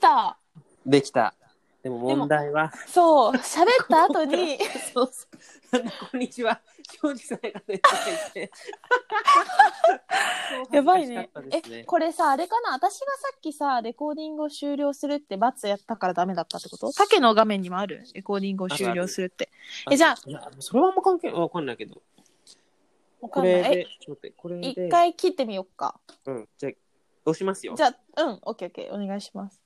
たできた。でも問題は。 そう喋った後にそうそう。こんにちは。庄司さんがね。 やばいねそう恥ずかしかったですえこれさあれかな私がさっきさレコーディングを終了するってバツやったからダメだったってこと竹の画面にもあるレコーディングを終了するってえじゃあいやそれはあんま関係わかんないけど。わかこんないれで、ちょっと待って、これえで。一。回切ってみようかうん、じゃあ、押しますよ。じゃあうんオッケーオッケーお願いします